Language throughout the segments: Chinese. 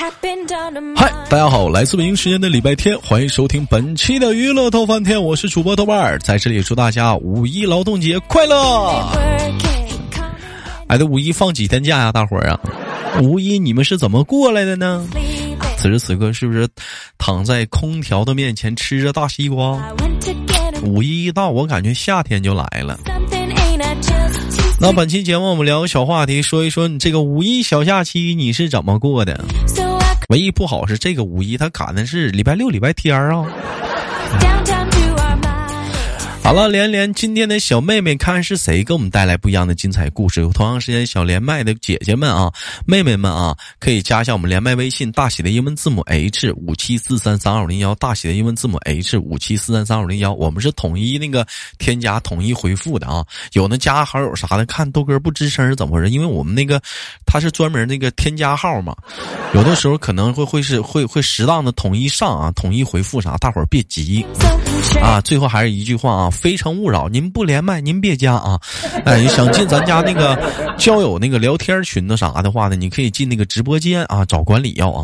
嗨，大家好，来自北京时间的礼拜天，欢迎收听本期的娱乐豆翻天，我是主播豆瓣儿，在这里祝大家五一劳动节快乐！哎，这五一放几天假呀、大伙儿啊？五一你们是怎么过来的呢？此时此刻是不是躺在空调的面前吃着大西瓜？五一一到，我感觉夏天就来了。那本期节目我们聊个小话题，说一说你这个五一小假期你是怎么过的？唯一不好是这个五一它赶的是礼拜六、礼拜天儿啊、好了，连连今天的小妹妹，看是谁给我们带来不一样的精彩故事。同样时间，小连麦的姐姐们啊，妹妹们啊，可以加一下我们连麦微信，大写的英文字母 H 五七四三三二零幺，大写的英文字母 H 五七四三三二零幺。我们是统一那个添加、统一回复的啊。有那加好友啥的，看豆哥不吱声是怎么回事？因为我们那个他是专门那个添加号嘛，有的时候可能会会是会会适当的统一上啊，统一回复啥，大伙儿别急。 啊，最后还是一句话啊，非诚勿扰，您不连麦您别加啊。哎，想进咱家那个交友那个聊天群的啥的话呢，你可以进那个直播间啊，找管理要啊。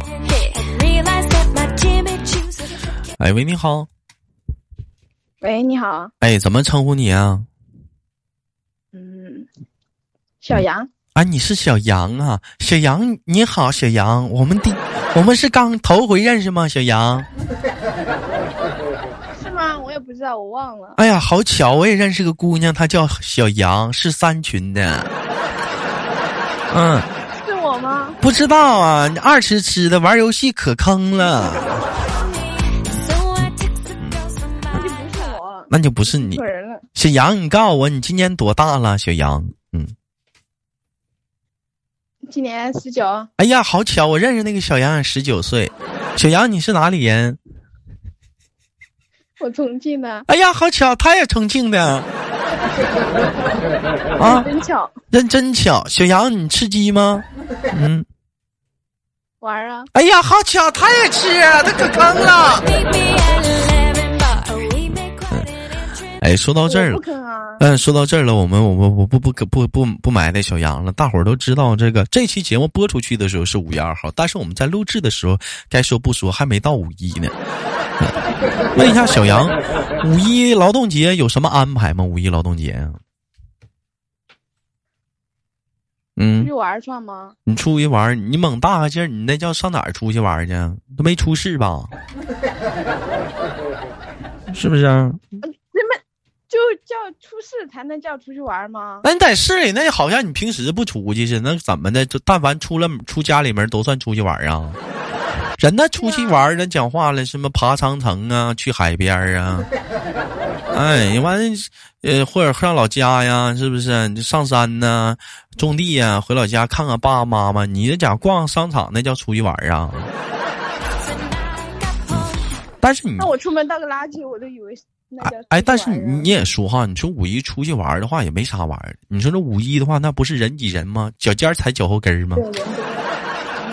哎喂，你好，喂，你好，哎，怎么称呼你啊？嗯，小杨，啊，你是小杨啊，小杨你好，小杨，我们第我们是刚头回认识吗？小杨，是吗？我也不知道，我忘了。哎呀，好巧，我也认识个姑娘，她叫小杨，是三群的。嗯，是我吗？不知道啊，你二痴痴的玩游戏可坑了，这不是我，那就不是你错。人了。小杨，你告诉我，你今年多大了？小杨，嗯，今年十九，哎呀，好巧，我认识那个小杨啊十九岁。小杨，你是哪里人？我重庆的，哎呀，好巧，他也重庆的。啊，真巧。认真巧，小杨，你吃鸡吗？嗯，玩啊，哎呀，好巧，他也吃，啊他可坑了。Oh, 哎，说到这儿我了不，坑啊。嗯，说到这儿了，我们我们我不不不不不不埋汰小杨了。大伙儿都知道，这个这期节目播出去的时候是五月二号，但是我们在录制的时候，该说不说，还没到五一呢。嗯问一下小杨，五一劳动节有什么安排吗？五一劳动节啊？嗯出去，玩儿算吗？你出去玩儿，你猛大个劲儿，你那叫上哪儿出去玩儿去？都没出事吧？ 是不是啊？就叫出事才能叫出去玩儿吗？那你在市里，那好像你平时不出去似的，那怎么的？就但凡出了出家里门，都算出去玩儿啊？人那出去玩儿，人讲话了，什么爬长城啊，去海边儿啊，哎，完了，呃，或者上老家呀，是不是？你上山呐、种地呀、回老家看看爸爸妈妈。你这讲逛商场，那叫出去玩儿啊？但是你那我出门倒个垃圾，我都以为是那个。哎，但是啊你你也说哈，你说五一出去玩儿的话也没啥玩儿。你说这五一的话，那不是人挤人吗？脚尖儿踩脚后跟儿吗对？人多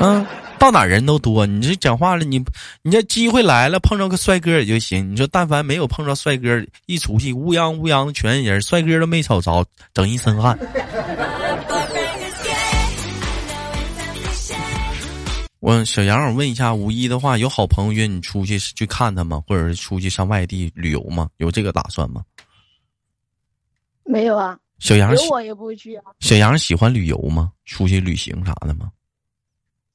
嗯，到哪儿人都多。你这讲话了，你你这机会来了，碰着个帅哥也就行。你说但凡没有碰着帅哥，一出去乌泱乌泱的全是人，帅哥都没瞅着，整一身汗。我小杨，我问一下，五一的话，有好朋友约你出去去看他吗？或者是出去上外地旅游吗？有这个打算吗？没有啊，小杨喜有我也不会去啊。小杨喜欢旅游吗？出去旅行啥的吗？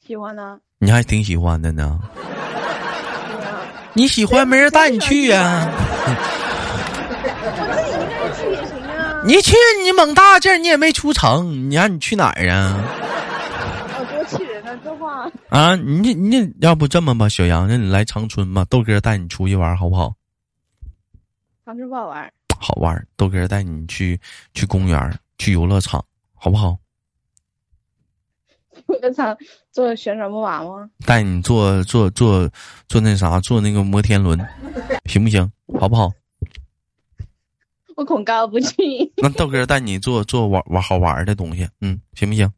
喜欢呢，你还挺喜欢的呢。对啊你喜欢没人带你去啊呀、我自己一个人去也行啊。你去你猛大劲儿，你也没出城，你让、你去哪儿啊？哦，多气人啊！这话啊，你这你这要不这么吧，小杨，那你来长春吧，豆哥带你出去玩儿好不好？长春不好玩 儿，好玩儿，豆哥带你去去公园儿，去游乐场，好不好？我想坐旋转木马吗？带你坐坐坐坐那啥，坐那个摩天轮，行不行？好不好？我恐高不去。那豆哥带你做做玩玩好玩儿的东西，嗯，行不行？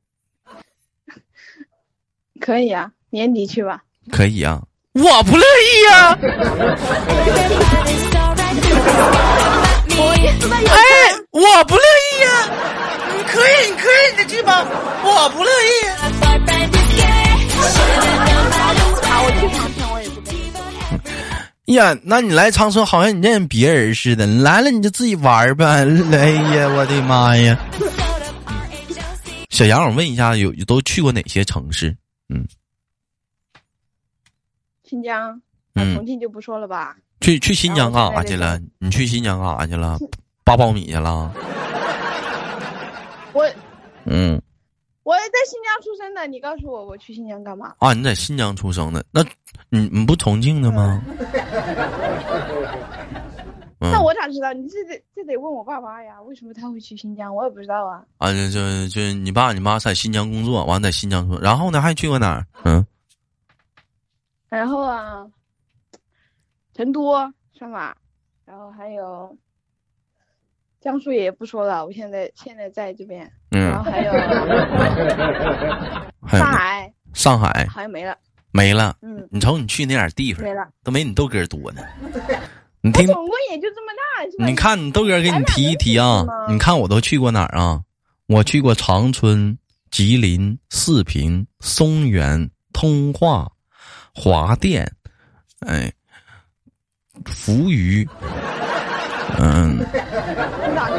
可以啊，年底去吧。可以啊，我不乐意啊呀、哎， 我不乐意呀、你可以，你可以，你的去吧，我不乐意。好，我哎呀，那你来长春好像你认别人似的，你来了你就自己玩呗。哎呀，我的妈呀！小杨，我问一下，有都去过哪些城市？新疆，嗯哦那重庆就不说了吧。去去新疆干啊啥我去现在了？你去新疆啊干啥去了？扒苞米去了？我嗯，我在新疆出生的，你告诉我我去新疆干嘛？啊，你在新疆出生的，那你你不重庆的吗？嗯那我咋知道？你这得这得问我爸妈呀，为什么他会去新疆？我也不知道啊。啊，就就就你爸你妈在新疆工作，完在新疆出，然后呢还去过哪儿？嗯，然后啊，成都、上马，然后还有江苏也不说了，我现在现在在这边，然嗯，后还有还有上呢海，上海好像没了，没了。嗯，你瞅你去那点儿地方没，了。都没你豆哥多呢。你我听，总共也就这么大，是吧？你看你豆哥给你提一提啊咱俩能，你看我都去过哪儿啊？我去过长春、吉林、四平、松原、通化、华电，哎，扶余，嗯你咋就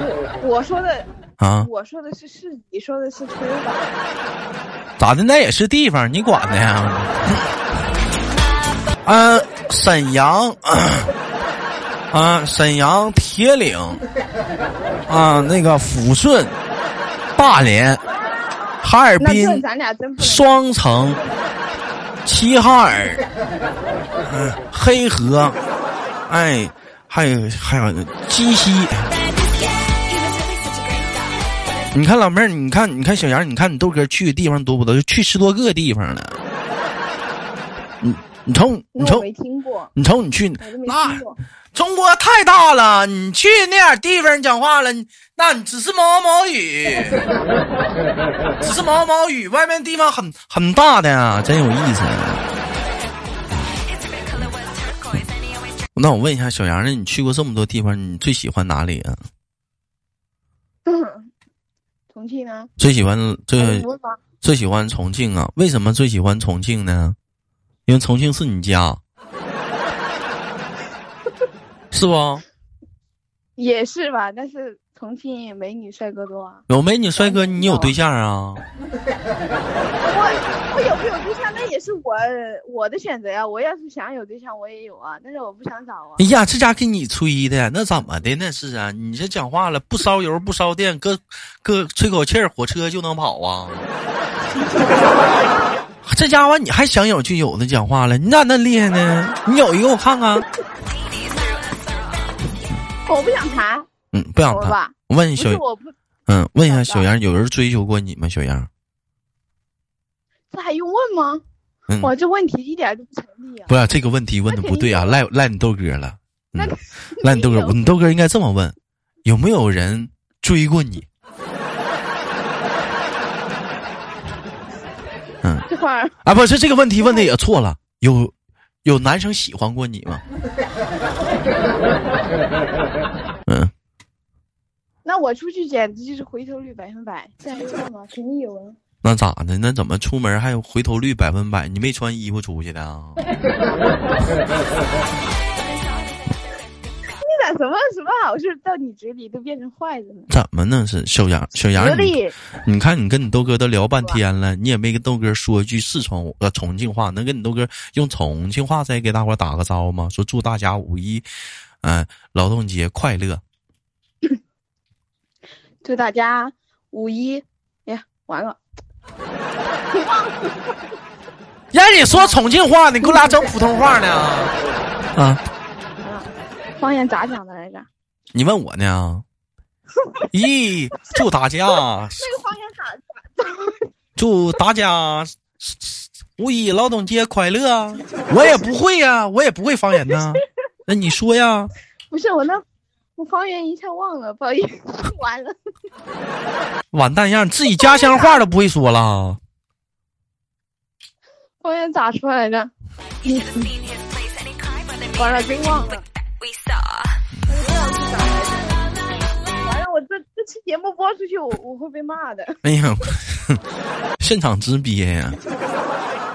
我说的，啊，我说的是市，你说的是村儿吧？咋的？那也是地方，你管的呀？啊，沈阳，啊，沈阳铁岭，啊，那个抚顺、大连、哈尔那这滨、咱俩真不能。双城、齐哈尔、嗯黑河，哎，还有还有鸡西。你看老妹儿，你看你看小杨，你看你豆哥去的地方多不多？去十多个地方了。你你瞅你你那我瞅没听过，你瞅你去我都没那听过。中国太大了，你去那点儿地方讲话了，你那你只是毛毛雨，只是毛毛雨，外面地方很很大的呀，真有意思。啊那我问一下小杨，那你去过这么多地方，你最喜欢哪里啊？重庆呢？最喜欢最、哎你问吧最喜欢重庆啊？为什么最喜欢重庆呢？因为重庆是你家，是不？也是吧，但是重庆美女帅哥多啊。有美女帅哥，你有对象啊？我我有没有对象，那也是我我的选择呀、我要是想有对象，我也有啊，但是我不想找啊哎。呀，这家给你吹的，那怎么的？那是啊，你这讲话了，不烧油不烧电，搁搁吹口气儿，火车就能跑啊？这家伙你还想有就有的讲话了，你咋那厉害呢？你有一个我看看，我不想谈，嗯，不想我谈。吧？问不小是，我不，嗯，问一下想小杨，有人追求过你吗？小杨，这还用问吗？嗯我这问题一点都不成立啊。不是这个问题问的不对啊，赖赖你豆哥了，那嗯，赖你豆哥，你豆哥应该这么问：有没有人追过你？这会儿啊，不是这个问题问的也错了，有有男生喜欢过你吗？ 嗯，那我出去简直就是回头率百分百，这还用问吗？肯定有啊。那咋的？那怎么出门还有回头率百分百？你没穿衣服出去的啊？你咋 什么什么好事到你嘴里都变成坏的呢？怎么呢？是小杨，小合杨，你理，你看你跟你豆哥都聊半天了，你也没跟豆哥说一句四川呃重庆话，能跟你豆哥用重庆话再给大伙打个招呼吗？说祝大家五一，嗯、劳动节快乐。祝大家五一，哎呀，完了，让你说重庆话，你给我俩整普通话呢？啊，方言咋讲的来着？你问我呢？ 咦，祝大家这个方言咋祝大家五一劳动节快乐啊！我也不会呀、我也不会方言呐。那你说呀？不是我那我方圆一下忘了，不好意思， 完了。完蛋样，自己家乡话都不会说了。方圆咋说来着？完了，真忘了。完了，我这这期节目播出 去，我我会被骂的。哎呀，现场直憋呀！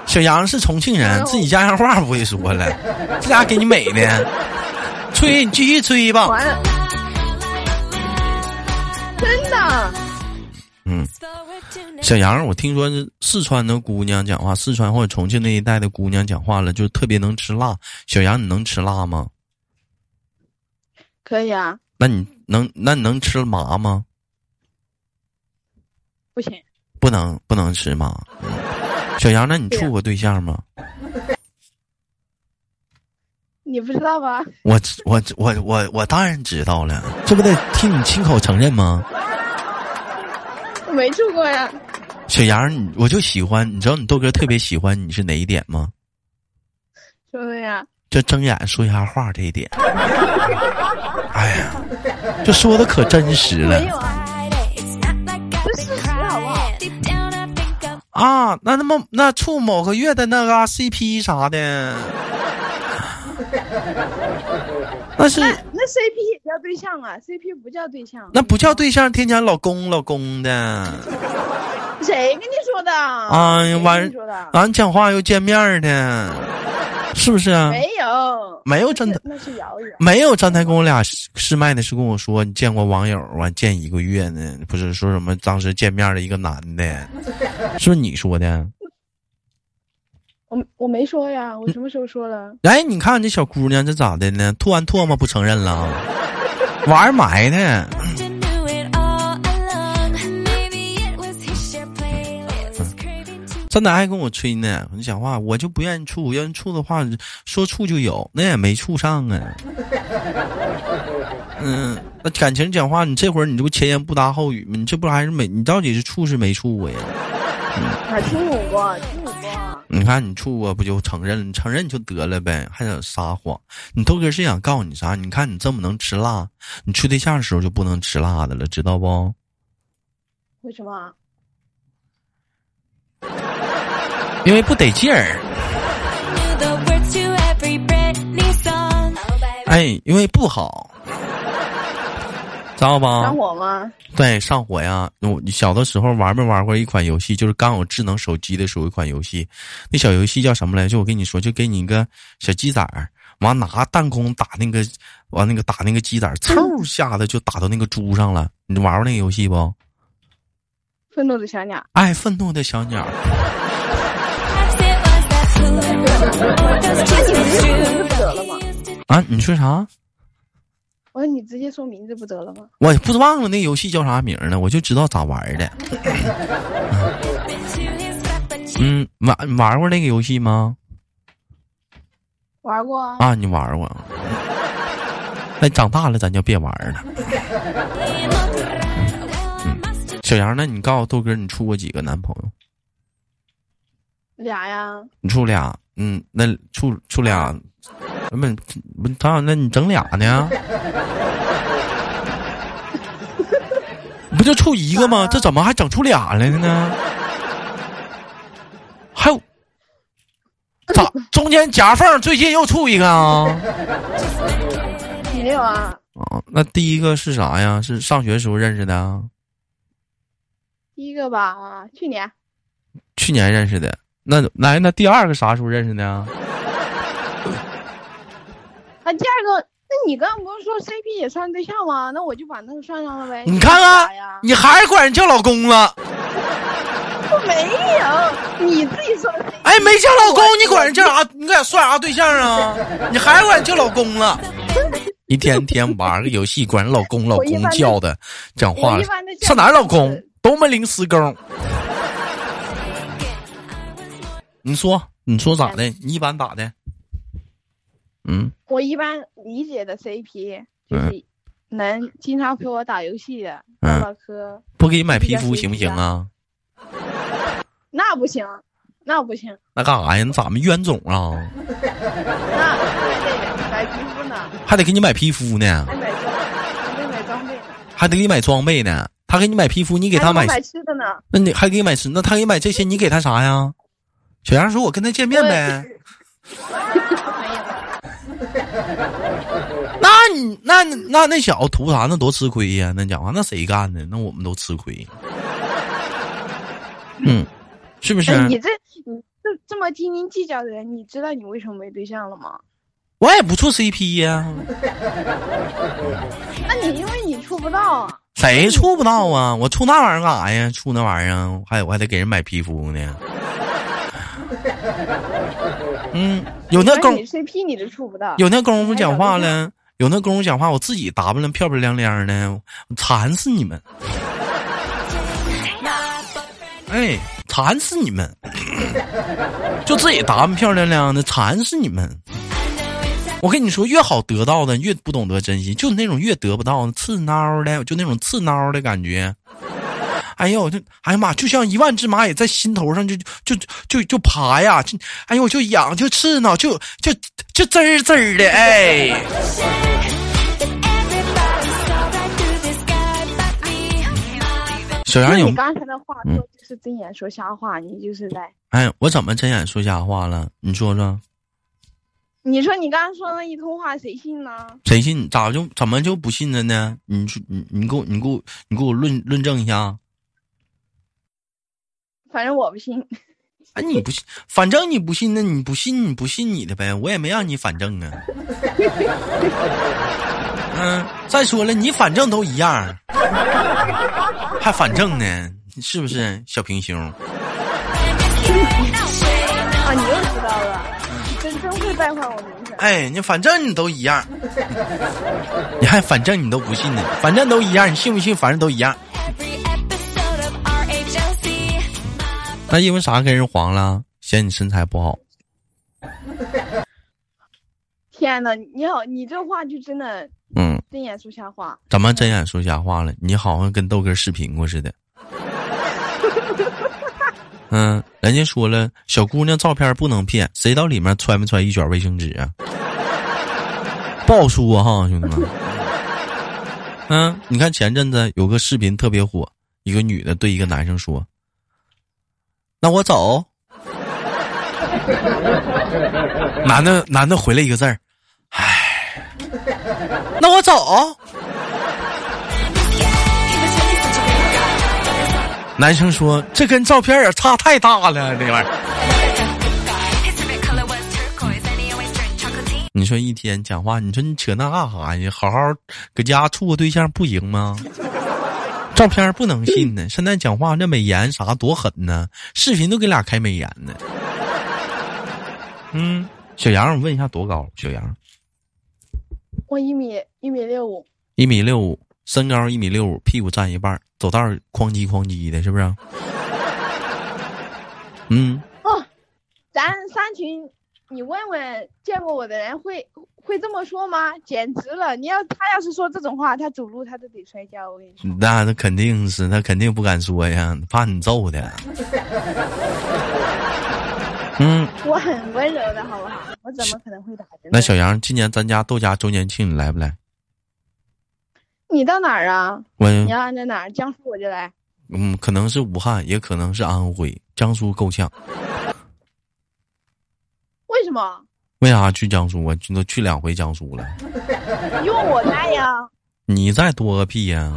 小杨是重庆人，自己家乡话不会说了，这家给你美的，吹你继续吹吧。完了，真的，嗯，小杨，我听说是四川的姑娘讲话，四川或者重庆那一带的姑娘讲话了，就特别能吃辣。小杨，你能吃辣吗？可以啊，那你能那你能吃麻吗？不行，不能不能吃麻。嗯小杨，那你处过对象吗？你不知道吗？我我我我我当然知道了，这不得听你亲口承认吗？ 我没住过呀，小杨，你我就喜欢，你知道你豆哥特别喜欢你是哪一点吗？说的呀，就睁眼说瞎话这一点。哎呀，这说的可真实了没有啊，这事实好不好？啊！那他妈那处某个月的那个 CP 啥的，那是那 CP 也叫对象啊，CP 不叫对象，那不叫对象，天天老公老公的。谁跟你说的？哎呀，谁跟完你说的，俺讲话又见面儿的，是不是啊？没有，没有真的，那是谣言。没有。刚才跟我俩试试麦的是跟我说，你见过网友啊？见一个月呢，不是说什么当时见面的一个男的，是不是你说的？我我没说呀，嗯我什么时候说了？哎，你看这小姑娘这咋的呢？吐完唾沫不承认了，玩埋呢。真的还跟我吹呢，你讲话我就不愿意处，愿意处的话说处就有，那也没处上啊。嗯，那感情讲话，你这会儿你这不前言不搭后语吗？你这不还是没你到底是处是没处过呀？啊，听我过，听我过，你看你处啊过不就承认了，承认就得了呗，还想撒谎？你豆哥是想告诉你啥？你看你这么能吃辣，你处对象的时候就不能吃辣的了，知道不？为什啊么？因为不得劲儿，Oh, 哎，因为不好，知道吧？上火吗？对，上火呀！我小的时候玩没玩过一款游戏，就是刚有智能手机的时候，一款游戏，那小游戏叫什么来着？我跟你说，就给你一个小鸡仔儿，完拿弹弓打那个，完那个打那个鸡仔儿，嗖下子就打到那个猪上了。你玩过那个游戏不？愤怒的小鸟，爱愤怒的小鸟，不得了吗？啊！你说啥？我说你直接说名字不得了吗？我也不知忘了那游戏叫啥名儿了，我就知道咋玩儿的。嗯，玩玩过那个游戏吗？玩过啊，啊，你玩过。那长大了咱就别玩儿了。小杨，那你告诉豆哥，你处过几个男朋友？俩呀，你处俩，嗯，那处处俩，那不不，咋那你整俩呢？ 不就处一个吗？这怎么还整出俩来了呢？还有，咋中间夹缝？最近又处一个啊？没有啊，啊，那第一个是啥呀？是上学时候认识的啊？第一个吧，去年去年认识的。那那那第二个啥时候认识的啊？啊，第二个，那你刚刚不是说 CP 也算对象吗？那我就把那个算上了呗。你看啊看啥呀，你还是管人叫老公了？我没有，你自己说的 CP。哎，没叫老公，你管人叫啥？你敢算啥对象啊？你还管人叫老公了？ 一天天玩个游戏，管人老公老我一公般都叫的，讲话我一般都叫上哪儿老公？都没零死工。你说，你说咋哎的？你一般咋的？嗯，我一般理解的 CP 就是能经常陪我打游戏的嗯唠唠嗑，不给你买皮肤行不行啊？那不行，那不行，那干啥呀？你咋们冤种啊？那那还得买皮肤呢，还得给你买皮肤呢，还买装，还还得得买装备呢，给你买装备呢。他给你买皮肤，你给还他得买，买吃的呢。那你还给你买吃，那他给你买这些，你给他啥呀？小杨说：“我跟他见面 呗。那你那那那小子图啥？那多吃亏呀！那讲话，那谁干的？那我 们都吃亏。嗯，是不是？哎你这你这这么斤斤计较的人，你知道你为什么没对象了吗？我也不处 CP 呀、那你因为你处不到啊。谁处不到啊？我处那玩意儿干啥呀？处那玩意儿啊，还有还得给人买皮肤呢。嗯，有那那功你 CP 你都处不到，有那功夫讲话了，有那功夫讲话，我自己打扮的漂漂亮亮的，馋死你们！哎，馋死你们！就自己打扮漂亮亮的，馋死你们！我跟你说，越好得到的越不懂得珍惜，就那种越得不到的刺挠的，就那种刺挠的感觉。哎呦，就哎呀妈，就像一万只蚂蚁在心头上就就就就爬呀，就哎呦就痒就刺挠就就就滋儿滋儿的，哎， 小杨就有你刚才的话嗯说就是睁眼说瞎话，你就是在。哎，我怎么睁眼说瞎话了？你说说，你说你刚才说那一通话谁信呢？谁信？咋就怎么就不信了呢？你说你你给我你给我你给我论论证一下。反正我不信。哎，你不信，反正你不信，那你不信，你不信你的呗，我也没让你反正啊。 嗯，再说了，你反正都一样儿，还反正呢，是不是小平胸？啊，你又知道了，你真真会败坏我名声。哎，你反正你都一样， 你还反正你都不信呢，反正都一样，你信不信？反正都一样。那因为啥跟人黄了？嫌你身材不好？天呐，你好，你这话就真的嗯，睁眼说瞎话。咱们睁眼说瞎话了，你好像跟豆哥视频过似 的。嗯，人家说了，小姑娘照片不能骗，谁知道里面揣没揣一卷卫生纸啊？不好说哈，兄弟们。嗯，你看前阵子有个视频特别火，一个女的对一个男生说：“那我走。”男的男的回了一个字儿：“唉，那我走。”男生说：“这跟照片也差太大了，这玩意儿。”你说一天讲话，你说你扯那干啥呀？好好搁家处个对象不行吗？照片不能信呢，现在讲话那美颜啥多狠呢，视频都给俩开美颜呢。嗯，小杨，我问一下多高？小杨我一米一米六五，一米六五，身高一米六五，屁股占一半儿，走道儿哐叽哐叽的，是不是？嗯，咱三群，你问问见过我的人会会这么说吗？简直了！你要他要是说这种话，他走路他都得摔跤。我跟你说，那他肯定是，他肯定不敢说呀，怕你揍他。 嗯，我很温柔的好不好？我怎么可能会打人呢？那小杨，今年咱家豆家周年庆你来不来？你到哪儿啊？我你要按在哪儿？江苏我就来。嗯，可能是武汉，也可能是安徽，江苏够呛。为什么？为啥去江苏啊？去都去两回江苏了，因为我在呀，你再多个屁呀、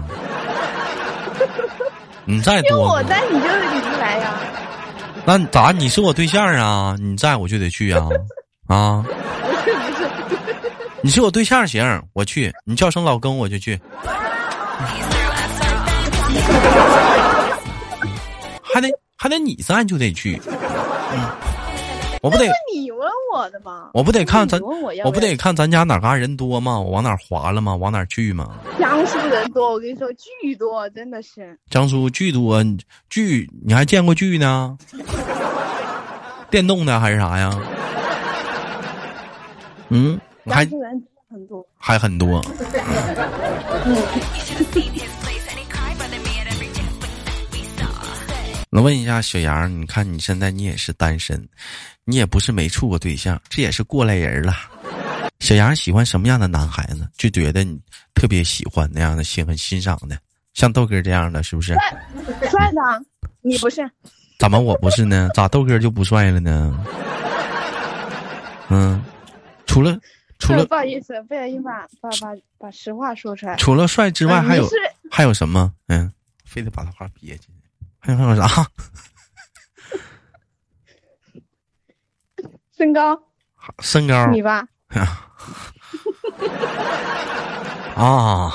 你再因为多我个，在，你就得不来呀。那咋？你是我对象啊？你在我就得去啊啊！不是不是，你是我对象行，我去；你叫声老公我就去。还得还得你在就得去，嗯、我不得你问我的嘛。我不得看咱你哎问我要我不要得看咱家哪嘎人多吗？我往哪划了吗？往哪去吗？江苏人多，我跟你说巨多，真的是。江苏巨多巨，你还见过巨呢？电动的还是啥呀？嗯，江还苏人真的很多。还很多。我问一下小杨，你看你现在你也是单身，你也不是没处过对象，这也是过来人了。小杨喜欢什么样的男孩子？就觉得你特别喜欢那样的、喜欢欣赏的，像豆哥这样的，是不是？帅的啊，你不是？怎么我不是呢？咋豆哥就不帅了呢？嗯，除了除了不好意思，不小心把把把把实话说出来。除了帅之外，嗯还有你是还有什么？嗯， 啊非得把他话憋进去。还有还有啥？身高身高一米八， 啊。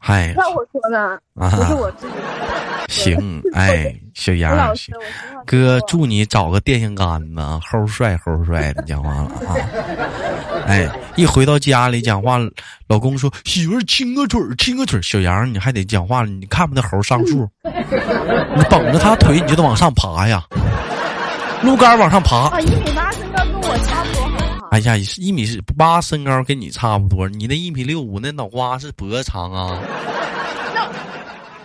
哎，那我说呢，啊不是 我自己，行，哎，小我杨老儿，师行，，我实话哥实说祝你找个电线杆子，齁帅齁帅的，讲完了啊。 哎，一回到家里讲话，老公说媳妇儿亲个嘴儿，亲个嘴儿。小杨儿，你还得讲话，你看不那猴上树，你绷着他腿，你就得往上爬呀，撸杆儿往上爬。啊，一米八身高跟我差不多，好不好？哎呀，一米八身高跟你差不多，你那一米六五，那脑瓜是脖子长啊？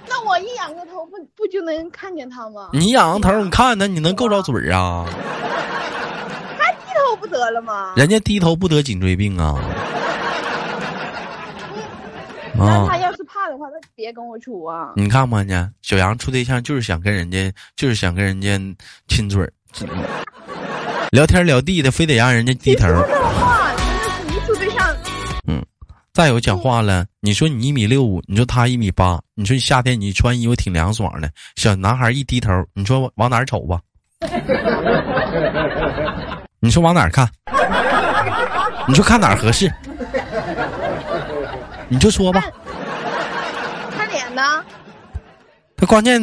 那我一仰个头不，不就能看见他吗？你仰着头，你看他，你能够着嘴儿啊？低头不得了吗？人家低头不得颈椎病啊！那啊他，要是怕的话，那别跟我处啊！你看吧你，小杨处对象就是想跟人家，就是想跟人家亲嘴儿， 聊天聊地的，非得让人家低你头说。这种话，真的是你处对象，再有讲话了，你说你一米六五，你说他一米八，你说夏天你穿衣服挺凉爽的，小男孩一低头，你说往哪儿瞅吧？你说往哪儿看？你说看哪儿合适？你就说吧。看脸呢？他关键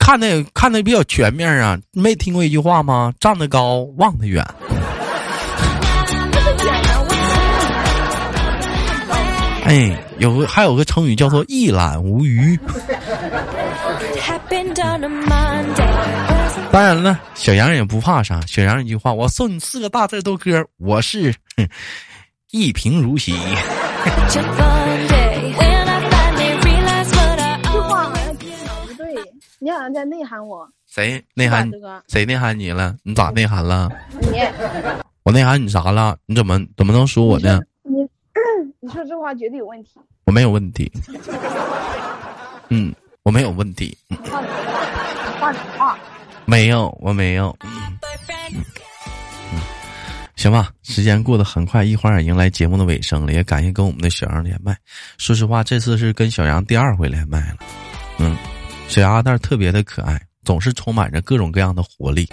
看的看的比较全面啊，没听过一句话吗？站得高，望得远。哎，有个还有个成语叫做一览无余。 Happened on a Monday. 当然了，小杨也不怕啥，小杨一句话，我送你四个大字儿，豆哥，我是哼一贫如洗。 Such a fun day. When I finally realized what I 这话好 always 像听着不对，你好像在内涵我，谁内大涵？哥哥，谁内涵你了？你咋内涵了？你我内涵你啥了？你怎么怎么能说我呢？你你说这话绝对有问题，我没有问题。嗯，我没有问题。换你的话，换你的话，没有，我没有。行吧，时间过得很快，一晃眼迎来节目的尾声了，也感谢跟我们的小杨连麦。说实话，这次是跟小杨第二回连麦了。嗯，小杨蛋儿特别的可爱，总是充满着各种各样的活力。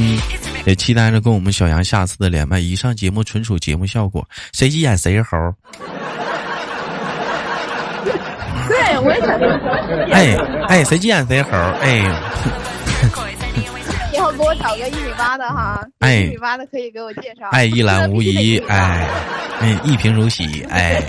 嗯，也期待着跟我们小杨下次的连麦。以上节目纯属节目效果，谁急眼谁是猴儿。对我也想哎哎，谁急眼谁猴儿。哎。以后给我找个一米八的哈，哎一米八的可以给我介绍，爱一览无遗，这个必须得一米八哎，哎，一贫如洗，哎，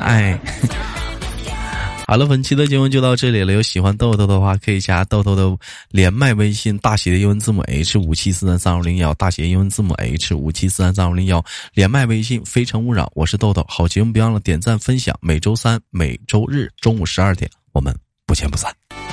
哎。 好了，本期的节目就到这里了。有喜欢豆豆的话，可以加豆豆的连麦微信，大写的英文字母 H 五七四三三五零幺，大写的英文字母 H 五七四三三五零幺，连麦微信《非诚勿扰》，我是豆豆。好节目别忘了点赞分享，每周三、每周日中午十二点，我们不见不散。 I